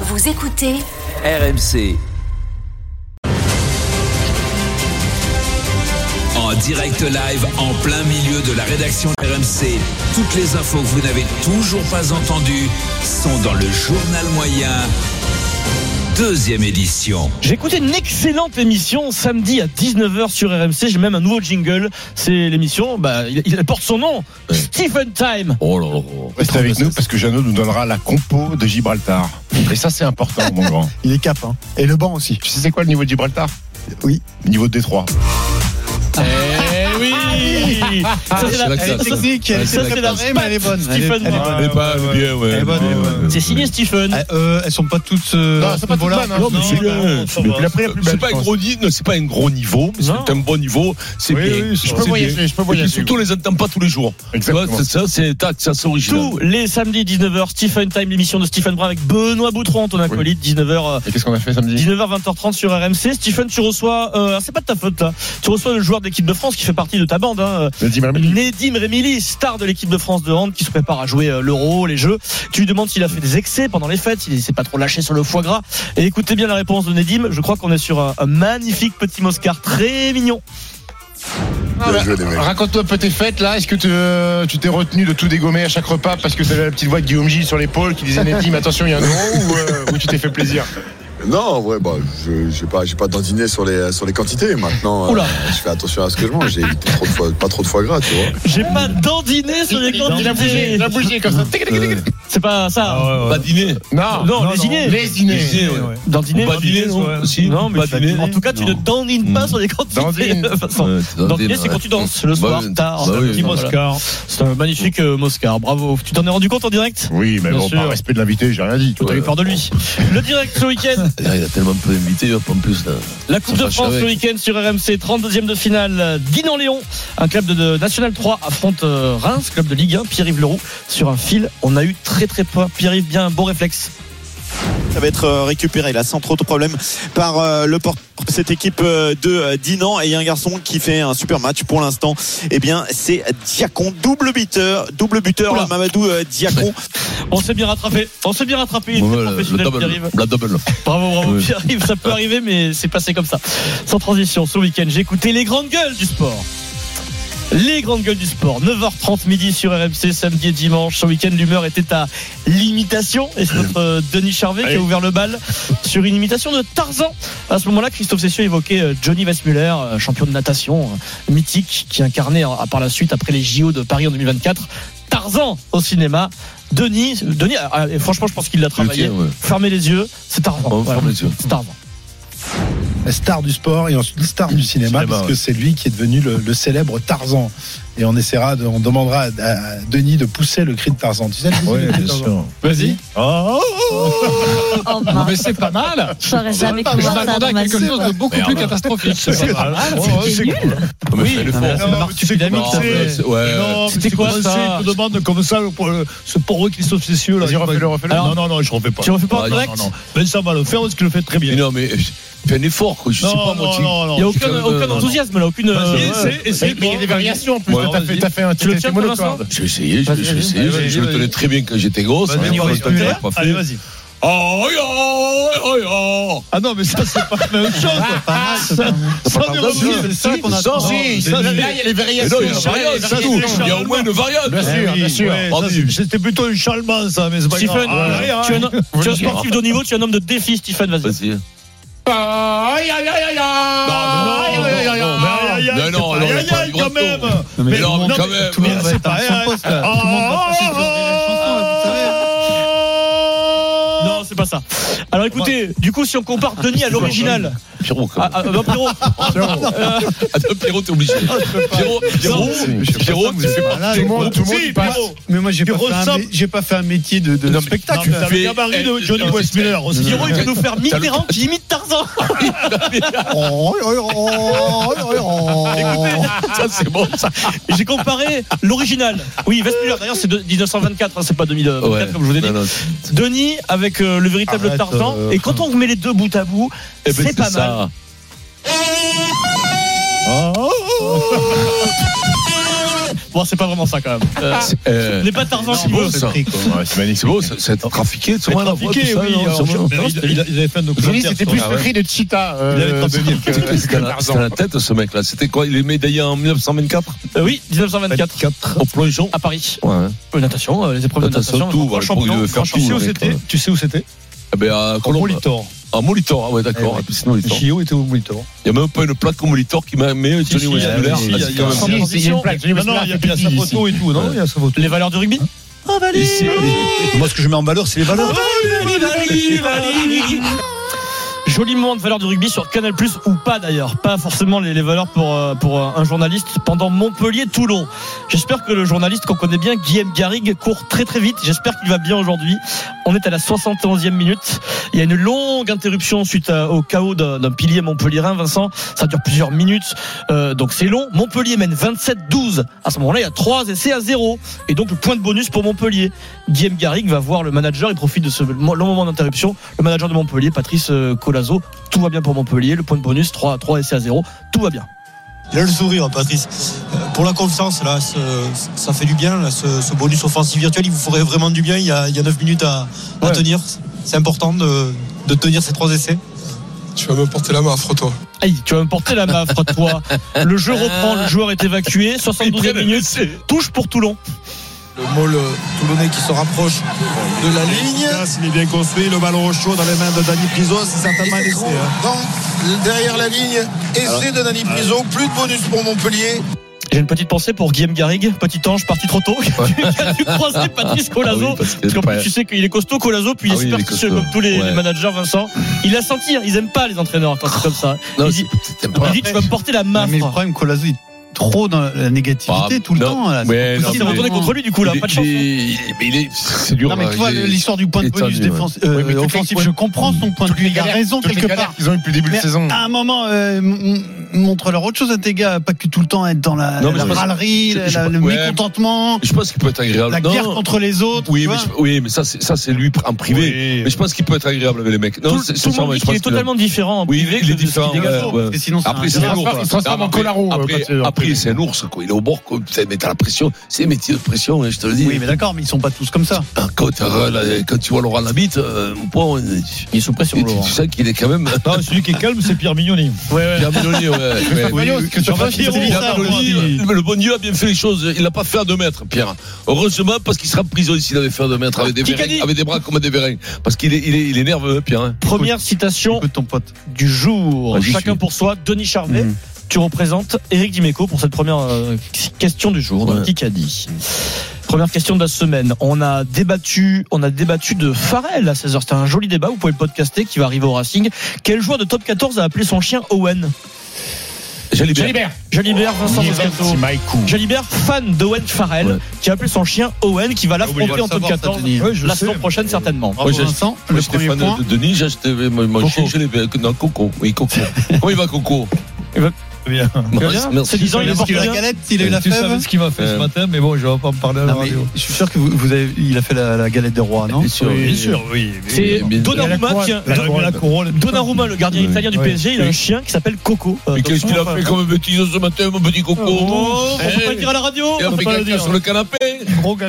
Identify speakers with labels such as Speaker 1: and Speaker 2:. Speaker 1: Vous écoutez
Speaker 2: RMC. En direct live, en plein milieu de la rédaction RMC, toutes les infos que vous n'avez toujours pas entendues sont dans le journal moyen, deuxième édition.
Speaker 3: J'ai écouté une excellente émission samedi à 19h sur RMC. J'ai même un nouveau jingle. C'est l'émission, bah, il, il porte son nom, Stephen Time.
Speaker 4: Oh là là.
Speaker 5: Reste avec nous parce que Jeannot nous donnera la compo de Gibraltar. Et ça, c'est important, mon grand.
Speaker 6: Il est cap, hein. Et le banc aussi.
Speaker 5: Tu sais, c'est quoi le niveau de Gibraltar
Speaker 6: Oui.
Speaker 5: Le niveau de Détroit.
Speaker 3: Eh oui Ça, c'est la-
Speaker 4: là que
Speaker 3: elle est
Speaker 4: ça-
Speaker 3: technique,
Speaker 4: ouais,
Speaker 3: elle-
Speaker 4: c'est
Speaker 3: ça,
Speaker 4: la
Speaker 3: c'est la
Speaker 6: classe.
Speaker 3: rime, elle est bonne.
Speaker 6: Elle est-
Speaker 3: Stephen
Speaker 6: elle est
Speaker 3: Time.
Speaker 4: Elle est pas bien, ouais.
Speaker 6: Elle est bonne, elle est bonne.
Speaker 3: C'est signé Stephen.
Speaker 6: Eh, euh, elles sont pas toutes. euh,
Speaker 5: Non,
Speaker 6: à
Speaker 5: elles sont
Speaker 6: ce
Speaker 5: pas toutes
Speaker 6: niveau-là.
Speaker 5: bonnes, hein.
Speaker 6: Non, mais
Speaker 3: Non,
Speaker 6: c'est-
Speaker 3: non,
Speaker 4: bien.
Speaker 3: ça
Speaker 5: Mais
Speaker 3: va.
Speaker 5: puis après, la plus belle,
Speaker 4: C'est pas,
Speaker 5: je
Speaker 4: un
Speaker 5: pense.
Speaker 4: gros ni- non, c'est pas un gros niveau, mais
Speaker 3: Non.
Speaker 4: c'est un bon niveau. C'est
Speaker 5: Oui,
Speaker 4: bien.
Speaker 5: oui, je peux
Speaker 4: C'est
Speaker 5: voyager, je peux
Speaker 4: bien. Et puis
Speaker 5: voyager,
Speaker 4: surtout, on les entend pas tous les jours. Tu vois,
Speaker 5: Exactement.
Speaker 4: c'est ça, c'est tac, ça, c'est original.
Speaker 3: Tous les samedis 19h, Stephen Time, l'émission de Stephen Brun avec Benoît Boutron, ton acolyte, 19h.
Speaker 5: Et qu'est-ce qu'on a fait samedi
Speaker 3: 19h, 20h30 sur RMC. Stephen, tu reçois, euh, alors c'est pas de ta faute là, tu reçois le joueur de l'équipe de France qui fait partie de ta bande, hein,
Speaker 5: Le dimanche.
Speaker 3: Nedim Remili, star de l'équipe de France de hand qui se prépare à jouer euh, l'Euro, les Jeux. Tu lui demandes s'il a fait des excès pendant les fêtes, s'il s'est pas trop lâché sur le foie gras. Et écoutez bien la réponse de Nedim. Je crois qu'on est sur un, un magnifique petit Moscar très mignon.
Speaker 5: Ah, bah, Raconte-toi un peu tes fêtes là. Est-ce que tu, euh, tu t'es retenu de tout dégommer à chaque repas parce que t'avais la petite voix de Guillaume Gilles sur l'épaule qui disait Nedim, attention, il y a un euro ou, euh, ou tu t'es fait plaisir
Speaker 7: Non, en vrai, bah, je j'ai pas, j'ai pas dandiné sur les, sur les quantités. Maintenant, euh,
Speaker 3: Oula.
Speaker 7: je fais attention à ce que je mange. J'ai évité trop de foie- pas trop de foie gras, tu vois.
Speaker 3: J'ai pas dandiné sur les
Speaker 5: Il a bougé,
Speaker 3: quantités.
Speaker 5: il a bougé comme ça. Tic, tic, tic, tic.
Speaker 3: C'est pas ça. Ah,
Speaker 4: Pas dîner.
Speaker 5: Non,
Speaker 3: Non, les dîners.
Speaker 5: les dîners.
Speaker 4: ouais.
Speaker 3: Dandiner,
Speaker 4: Ou badiner,
Speaker 3: dandiner,
Speaker 4: non,
Speaker 3: ouais.
Speaker 4: si,
Speaker 3: Non, mais
Speaker 4: badiner.
Speaker 3: tu- en tout cas, tu ne dandines pas
Speaker 4: Mm.
Speaker 3: sur les quantités.
Speaker 5: Dandine.
Speaker 3: de toute façon. Dandiner, c'est quand tu danses le soir tard.
Speaker 4: bah oui,
Speaker 3: Petit
Speaker 4: non,
Speaker 3: Moscar. C'est un magnifique euh, Moscar. Bravo. Tu t'en es rendu compte en direct
Speaker 5: Oui, mais
Speaker 3: Bien
Speaker 5: bon,
Speaker 3: sûr.
Speaker 5: par respect de l'invité, j'ai rien dit. tu
Speaker 3: T'as
Speaker 5: vois.
Speaker 3: eu peur de lui. Le direct ce week-end.
Speaker 4: Il a tellement peu invité, hop, en plus. Là.
Speaker 3: La Coupe
Speaker 4: Ça
Speaker 3: de
Speaker 4: fâche
Speaker 3: France
Speaker 4: avec.
Speaker 3: le week-end sur RMC, 32e de finale. Dinan-Léon, un club de, de National 3 affronte euh, Reims, club de Ligue 1, Pierre-Yves Leroux sur un fil. On a eu très très peu. Pierre-Yves, bien un bon réflexe.
Speaker 8: ça va être euh, récupéré là sans trop de problèmes par euh, le port- cette équipe euh, de euh, Dinan et il y a un garçon qui fait un super match pour l'instant et bien c'est Diacon double buteur double buteur
Speaker 3: Oula.
Speaker 8: Mamadou euh, Diacon
Speaker 3: On s'est bien rattrapé. On s'est bien rattrapé. Il est très
Speaker 4: Ouais, le
Speaker 3: professionnel, Pierre-Yves.
Speaker 4: double. La double.
Speaker 3: Bravo, bravo,
Speaker 4: Ouais.
Speaker 3: Pierre-Yves. Ça peut arriver, mais c'est passé comme ça. Sans transition, ce week-end, j'ai écouté les grandes gueules du sport. Les grandes gueules du sport. 9h30 midi sur RMC, samedi et dimanche. Ce week-end, l'humeur était à l'imitation. Et c'est notre euh, Denis Charvet qui a ouvert le bal sur une imitation de Tarzan. À ce moment-là, Christophe Sessieux évoquait euh, Johnny Westmuller, euh, champion de natation euh, mythique, qui incarnait euh, par la suite, après les JO de Paris en 2024, Tarzan au cinéma. Denis, Denis, euh, euh, franchement, je pense qu'il l'a travaillé.
Speaker 4: ouais.
Speaker 3: Fermez les yeux, c'est Tarzan.
Speaker 4: On ferme les yeux.
Speaker 3: C'est Tarzan.
Speaker 6: Star du sport et ensuite star du cinéma,
Speaker 4: Cinéma,
Speaker 6: parce
Speaker 4: ouais.
Speaker 6: que c'est lui qui est devenu le, le célèbre Tarzan. Et on essaiera, de- on demandera à, à Denis de pousser le cri de Tarzan. Tu sais, le cri de Tarzan
Speaker 9: Vas-y.
Speaker 4: Ah.
Speaker 10: Oh, mince.
Speaker 9: mais c'est pas mal.
Speaker 10: Je saurais jamais
Speaker 9: Je
Speaker 10: comment ça
Speaker 9: m'attendais à
Speaker 10: dans ma
Speaker 9: quelque
Speaker 10: vie.
Speaker 9: chose de beaucoup plus catastrophique.
Speaker 10: C'est nul.
Speaker 4: Oui, le
Speaker 3: Ah, c'est Marc Tsunami,
Speaker 4: Non,
Speaker 3: c'est-
Speaker 4: mais c'est- ouais.
Speaker 3: C'était quoi ça
Speaker 9: demande comme ça pour le- ce pauvre Christophe Cessieux.
Speaker 5: Vas-y, refais-le, refais-le.
Speaker 3: Alors-
Speaker 9: Non, non, non, je refais pas.
Speaker 3: Tu refais pas
Speaker 4: Ah,
Speaker 3: en
Speaker 4: non,
Speaker 3: direct
Speaker 9: Non, non. Vincent va le faire parce qu'il le fait très bien.
Speaker 4: Mais non, mais euh, fais un effort, quoi. Je sais pas, moi.
Speaker 9: Non, non,
Speaker 3: Il
Speaker 4: tu-
Speaker 9: non,
Speaker 3: n'y a
Speaker 9: non.
Speaker 3: aucun,
Speaker 4: Euh,
Speaker 3: aucun
Speaker 4: non.
Speaker 3: enthousiasme là, aucune.
Speaker 9: Vas-y,
Speaker 3: euh,
Speaker 9: essaie, essaie,
Speaker 5: Mais il y a des variations en plus.
Speaker 4: Ouais,
Speaker 5: T'as fait- T'as fait un
Speaker 3: Tu le tiens,
Speaker 5: t'es
Speaker 3: toi,
Speaker 5: monocorde.
Speaker 3: Vincent
Speaker 4: J'ai essayé, je
Speaker 3: Vas-y,
Speaker 4: j'ai
Speaker 3: vas-y.
Speaker 4: essayé.
Speaker 9: Vas-y,
Speaker 4: Je le
Speaker 9: vas-y,
Speaker 4: tenais
Speaker 9: vas-y.
Speaker 4: très bien quand j'étais grosse.
Speaker 9: Vas-y,
Speaker 4: mais
Speaker 9: on va
Speaker 4: je
Speaker 9: écouter.
Speaker 4: l'ai pas fait.
Speaker 9: Allez, vas-y.
Speaker 4: Oh, oh, oh, oh.
Speaker 9: Ah non, mais ça, c'est pas la même chose. Ça, ça, on est revenu, c'est ça qu'on a-
Speaker 4: Ça,
Speaker 9: Non,
Speaker 4: si,
Speaker 9: c'est-
Speaker 5: Là, il y a les
Speaker 4: Mais
Speaker 5: variations.
Speaker 4: non, il y a une variante, ça tout. Il y a au moins une variante.
Speaker 5: Bien
Speaker 9: Eh
Speaker 5: sûr,
Speaker 9: oui,
Speaker 5: bien sûr.
Speaker 9: ouais,
Speaker 4: Oh,
Speaker 9: ça,
Speaker 4: dis-
Speaker 9: C'était plutôt une chalman, ça, mais c'est pas grave.
Speaker 3: Stephen,
Speaker 9: Ah,
Speaker 3: tu es
Speaker 9: ouais,
Speaker 3: un-
Speaker 9: ouais.
Speaker 3: tu es un,
Speaker 4: le dire.
Speaker 3: sportif de haut niveau, tu es un homme de défi, Stephen, vas-y.
Speaker 4: Vas-y.
Speaker 5: Aïe, aïe, aïe, aïe,
Speaker 9: Non, mais
Speaker 5: aïe, aïe, aïe,
Speaker 9: non,
Speaker 3: ben,
Speaker 9: mais aïe, aïe,
Speaker 4: Mais
Speaker 9: aïe,
Speaker 4: non,
Speaker 9: c'est
Speaker 4: non,
Speaker 9: pas-
Speaker 4: on
Speaker 9: aïe,
Speaker 4: parle
Speaker 9: aïe,
Speaker 4: du
Speaker 9: quand même.
Speaker 4: breton. Mais non, mais quand même.
Speaker 9: tout le monde va
Speaker 6: c'est
Speaker 9: être à
Speaker 6: pareil,
Speaker 9: son
Speaker 6: hein.
Speaker 9: poste, là.
Speaker 6: Ah,
Speaker 9: Tout le monde va
Speaker 6: ah,
Speaker 9: passer sur les chansons, là, vous savez.
Speaker 3: Non, c'est pas ça. Alors écoutez, du coup, si on compare Denis à l'original.
Speaker 4: Pierrot, quand
Speaker 3: Ah,
Speaker 4: même.
Speaker 3: ah, non, Pierrot. Euh,
Speaker 4: Attends, Pierrot, t'es obligé. Pierrot, Pierrot, Pierrot, tu fais pas.
Speaker 6: Tout le monde- tout le monde
Speaker 9: Si,
Speaker 6: y passe.
Speaker 9: Pierrot.
Speaker 6: Mais moi, j'ai
Speaker 9: Tu
Speaker 6: pas, fait un
Speaker 9: ressembles-
Speaker 6: mé- j'ai pas fait un métier de, de
Speaker 4: Non, mais-
Speaker 6: spectacle.
Speaker 9: Non, mais t'as
Speaker 4: fais-
Speaker 9: le gabarit de
Speaker 4: eh,
Speaker 9: Johnny
Speaker 4: non,
Speaker 9: Westmuller aussi.
Speaker 3: Pierrot, il va nous faire Mitterrand qui imite Tarzan.
Speaker 9: Oh,
Speaker 4: Ça, c'est bon, ça.
Speaker 3: J'ai comparé l'original. Oui, Vespuller, d'ailleurs, c'est de 1924, hein, c'est pas 2024,
Speaker 4: Ouais.
Speaker 3: comme je vous ai dit.
Speaker 4: Non, non,
Speaker 3: Denis avec euh, le véritable
Speaker 6: Arrête,
Speaker 3: Tarzan.
Speaker 6: euh,
Speaker 3: Et quand on met les deux bout à bout,
Speaker 4: eh ben,
Speaker 3: c'est pas
Speaker 4: ça.
Speaker 3: mal. Ah, oh, Bon, c'est pas vraiment ça quand même. Euh,
Speaker 4: Euh,
Speaker 3: ce n'est pas Tarzan
Speaker 4: c'est
Speaker 3: qui
Speaker 4: beau,
Speaker 3: veut.
Speaker 4: ça.
Speaker 5: Ouais, c'est magnifique.
Speaker 4: C'est beau, ça- c'est trafiqué. C'est
Speaker 3: Mais
Speaker 4: moi la voix, tout
Speaker 3: trafiqué,
Speaker 4: ça,
Speaker 3: oui,
Speaker 4: non,
Speaker 3: alors,
Speaker 4: c'est bon.
Speaker 3: mais il- il- il avait fait un
Speaker 9: oh.
Speaker 5: Johnny,
Speaker 3: documentaire
Speaker 5: c'était
Speaker 3: sur-
Speaker 5: plus
Speaker 4: Ah
Speaker 5: le
Speaker 4: ouais.
Speaker 5: cri de Cheetah.
Speaker 3: Il avait
Speaker 5: euh,
Speaker 3: trafiqué.
Speaker 5: Denis, que-
Speaker 4: C'était c'était à
Speaker 5: que
Speaker 4: la,
Speaker 5: Tarzan.
Speaker 4: c'était à la tête ce mec-là. C'était quoi Il est médaillé en 1924
Speaker 3: Euh, oui, 1924.
Speaker 4: Au plongeon
Speaker 3: À Paris.
Speaker 4: Ouais. hein.
Speaker 3: Euh, natation, euh, les épreuves de
Speaker 4: Natation,
Speaker 3: natation.
Speaker 4: tout,
Speaker 3: grand
Speaker 4: voilà,
Speaker 3: champion,
Speaker 4: pour lui faire
Speaker 3: grand
Speaker 4: tout,
Speaker 3: champion.
Speaker 4: le mec, ouais.
Speaker 9: Tu sais où c'était
Speaker 4: Eh ben, à
Speaker 9: En
Speaker 4: Colombe.
Speaker 9: Molitor.
Speaker 4: À Molitor, ah ouais,
Speaker 9: Eh
Speaker 4: d'accord.
Speaker 9: ouais.
Speaker 4: Et puis sinon, Molitor.
Speaker 9: Chio était au Molitor.
Speaker 4: Il n'y a même pas une plaque au Molitor qui m'a mis
Speaker 3: Si,
Speaker 4: Johnny
Speaker 3: si, il y a-
Speaker 4: Westmuller.
Speaker 3: si, il y a-
Speaker 4: C'est
Speaker 3: il y a-
Speaker 4: quand même-
Speaker 3: sans transition. Non, non, il y a- il y a Ah, sa photo.
Speaker 9: et tout, non Il y a sa photo.
Speaker 3: Les valeurs du rugby
Speaker 9: Moi, ce que je mets en valeur, c'est les valeurs.
Speaker 3: Joli moment de valeur du rugby sur Canal Plus ou pas d'ailleurs. Pas forcément les, les valeurs pour, euh, pour euh, un journaliste pendant Montpellier-Toulon. J'espère que le journaliste qu'on connaît bien, Guillaume Garrigue, court très très vite. J'espère qu'il va bien aujourd'hui. On est à la 71e minute. Il y a une longue interruption suite à- au chaos d'un d'un pilier montpellierin, Vincent. Ça dure plusieurs minutes, euh, donc c'est long. Montpellier mène 27-12. À ce moment-là, il y a 3 essais à 0. Et donc le point de bonus pour Montpellier. Guillaume Garrigue va voir le manager, il profite de ce mo- long moment d'interruption. Le manager de Montpellier, Patrice euh, Colazo, tout va bien pour Montpellier, le point de bonus 3, 3 essais à 0, tout va bien.
Speaker 1: Il a le sourire, Patrice. Euh, Pour la confiance, là, ce- ça fait du bien. là, ce, ce bonus offensif virtuel, il vous ferait vraiment du bien. Il y a, il y a 9 minutes à, à tenir. C'est important de, de tenir ces trois essais.
Speaker 11: Tu vas me porter la main, frotte-toi.
Speaker 3: Aïe, tu vas me porter la main, frotte-toi. Le jeu reprend, le joueur est évacué, 72 minutes, touche pour Toulon.
Speaker 11: Le môle euh, toulonnais qui se rapproche de la ligne.
Speaker 1: Il est bien construit. Le ballon au chaud dans les mains de Dani Priso, c'est certainement un essai.
Speaker 11: Donc, derrière la ligne, essai de Dani Prison, plus de bonus pour Montpellier.
Speaker 3: J'ai une petite pensée pour Guillaume Garrigue, petit ange parti trop tôt, qui a dû croiser Patrice Colazo.
Speaker 4: Ah oui, parce que-
Speaker 3: Parce qu'en plus, tu sais qu'il est costaud, Colazo, puis il
Speaker 4: Ah
Speaker 3: est
Speaker 4: oui, il est
Speaker 3: superstitieux
Speaker 4: costaud.
Speaker 3: comme tous les,
Speaker 4: Ouais.
Speaker 3: les managers, Vincent. Il a senti, hein, ils aiment pas les entraîneurs quand c'est comme ça.
Speaker 4: Non,
Speaker 3: il,
Speaker 4: c'est
Speaker 3: dit,
Speaker 4: peut-être pas.
Speaker 3: il dit, tu vas me porter la main,
Speaker 9: Mais le
Speaker 3: frère.
Speaker 9: problème, Colazo, il est trop dans la négativité
Speaker 4: Ah,
Speaker 9: tout le
Speaker 4: non.
Speaker 9: temps. là. C'est
Speaker 4: Ouais, non,
Speaker 9: pas
Speaker 3: Ça s'est
Speaker 9: possible.
Speaker 4: mais-
Speaker 3: retourné contre lui, du coup, là,
Speaker 4: Il est-
Speaker 3: pas de chance. hein.
Speaker 4: il est- mais il est- C'est dur.
Speaker 9: Non, mais
Speaker 4: hein,
Speaker 9: tu vois,
Speaker 4: il est-
Speaker 9: l'histoire du point de
Speaker 4: étendu,
Speaker 9: bonus
Speaker 4: ouais.
Speaker 9: défense, euh,
Speaker 5: Oui, mais toutes les
Speaker 9: offensif,
Speaker 5: points-
Speaker 9: je comprends son point de
Speaker 5: Toutes
Speaker 9: vue.
Speaker 5: les
Speaker 9: Il a
Speaker 5: galères-
Speaker 9: raison
Speaker 5: toutes les
Speaker 9: quelque
Speaker 5: galères
Speaker 9: part.
Speaker 5: qu'ils ont eu depuis le début de
Speaker 9: Mais
Speaker 5: saison.
Speaker 9: à un moment, euh, m- m- montre-leur autre chose à tes gars, pas que tout le temps être dans la,
Speaker 4: Non, mais
Speaker 9: la
Speaker 4: je pense-
Speaker 9: râlerie,
Speaker 4: je-
Speaker 9: la-
Speaker 4: je-
Speaker 9: la- le
Speaker 4: ouais.
Speaker 9: mécontentement,
Speaker 4: Je pense qu'il peut être agréable.
Speaker 9: la
Speaker 4: Non.
Speaker 9: guerre contre les autres.
Speaker 4: Oui,
Speaker 9: tu
Speaker 4: mais
Speaker 9: vois.
Speaker 4: je- oui, mais ça, c'est ça, c'est lui en privé.
Speaker 5: Oui.
Speaker 4: Mais je pense qu'il peut être agréable avec les mecs.
Speaker 3: Tout,
Speaker 4: Non,
Speaker 3: tout
Speaker 4: c'est
Speaker 3: le monde dit qu'il est totalement différent. en
Speaker 4: Oui,
Speaker 3: privé
Speaker 4: il
Speaker 3: que de
Speaker 4: est
Speaker 3: ce qu'il
Speaker 4: différent,
Speaker 3: dégage.
Speaker 4: ouais.
Speaker 9: Parce que sinon,
Speaker 4: Après,
Speaker 9: c'est
Speaker 4: c'est
Speaker 9: un
Speaker 5: un
Speaker 4: lourd.
Speaker 5: transforme-
Speaker 4: quoi.
Speaker 5: il se transforme
Speaker 4: Non,
Speaker 5: en
Speaker 4: après-
Speaker 5: Colaro, euh,
Speaker 4: Après,
Speaker 5: quand tu-
Speaker 4: après, c'est un ours, quoi. Il est au bord, quoi. Putain, mais t'as la pression. C'est un métier de pression, hein, je te le dis.
Speaker 9: Oui, mais d'accord, mais ils sont pas tous comme ça.
Speaker 4: Ah, Quand, t'as- euh, la- quand tu vois Laurent Labitte, euh, mon pauvre,
Speaker 3: Il est sous pression,
Speaker 4: tu,
Speaker 3: Laurent.
Speaker 4: tu sens qu'il est quand même.
Speaker 9: Non, celui qui est calme, c'est Pierre Mignoni.
Speaker 4: Pierre Mignoni, ouais, ouais.
Speaker 5: Maillot,
Speaker 4: Oui,
Speaker 5: que tu
Speaker 4: Pierre
Speaker 5: fasses,
Speaker 9: c'est
Speaker 4: Mignoni,
Speaker 9: bizarre,
Speaker 4: Pierre
Speaker 9: moi.
Speaker 4: Mignoni, Le bon Dieu a bien fait les choses. Il n'a pas fait à deux mètres, Pierre. Heureusement, parce qu'il sera en prison ici, il avait fait à deux mètres avec des,
Speaker 3: Kikadi.
Speaker 4: vérins- avec des bras comme des vérins. Parce qu'il est, il est, il est nerveux, Pierre. hein.
Speaker 3: Première citation
Speaker 9: de ton pote.
Speaker 3: du jour.
Speaker 4: Ah, j'y
Speaker 3: Chacun
Speaker 4: suis.
Speaker 3: pour soi. Denis Charvet, tu représentes Eric Dimeco pour cette première euh, question du jour.
Speaker 4: Ouais.
Speaker 3: Donc, qui a dit Première question de la semaine. On a débattu, on a débattu de Farrell à 16h. C'était un joli débat. Vous pouvez le podcaster qui va arriver au Racing. Quel joueur de top 14 a appelé son chien Owen
Speaker 4: Jalibert.
Speaker 5: Jalibert.
Speaker 3: Eh Jalibert, Vincent Moscato.
Speaker 5: C'est Maïkou.
Speaker 3: Jalibert, fan d'Owen Farrell,
Speaker 4: Ouais.
Speaker 3: qui a appelé son chien Owen, qui va l'affronter en top 14 la saison prochaine certainement.
Speaker 9: Bravo
Speaker 4: j'ai-
Speaker 9: Vincent,
Speaker 4: Moi,
Speaker 9: le
Speaker 4: j'étais
Speaker 9: premier
Speaker 4: fan
Speaker 9: point.
Speaker 4: de Denis, j'ai acheté euh, mon mon chien, je l'ai dans le coco. Oui, coco. Comment il va, coco
Speaker 9: Bien.
Speaker 4: Merci,
Speaker 3: C'est
Speaker 4: Merci.
Speaker 3: 10 ans, il est
Speaker 9: Parce
Speaker 3: porté
Speaker 9: qu'il a la galette, il a eu la fève.
Speaker 3: ce qu'il m'a
Speaker 4: fait ce
Speaker 3: matin, mais bon, je vais pas me parler à
Speaker 9: Non, mais je suis sûr que vous, vous avez, il a fait la, la galette des rois, non
Speaker 4: Bien sûr, bien sûr.
Speaker 9: oui.
Speaker 3: C'est
Speaker 4: Bien-
Speaker 3: Donnarumma, qui a- Donnarumma, le gardien
Speaker 4: Oui.
Speaker 3: italien du
Speaker 9: Oui.
Speaker 3: PSG, il a un chien qui s'appelle Coco. Euh,
Speaker 4: Mais
Speaker 3: donc
Speaker 4: qu'est-ce qu'il a
Speaker 3: souvent,
Speaker 4: fait
Speaker 3: euh,
Speaker 4: comme bêtise ce matin, mon petit coco
Speaker 3: Oh, on peut
Speaker 4: Eh,
Speaker 3: pas le dire à la radio.
Speaker 4: Il a
Speaker 3: on peut
Speaker 4: fait
Speaker 3: pas le
Speaker 4: caca
Speaker 3: dire.
Speaker 4: sur le canapé
Speaker 9: Gros gars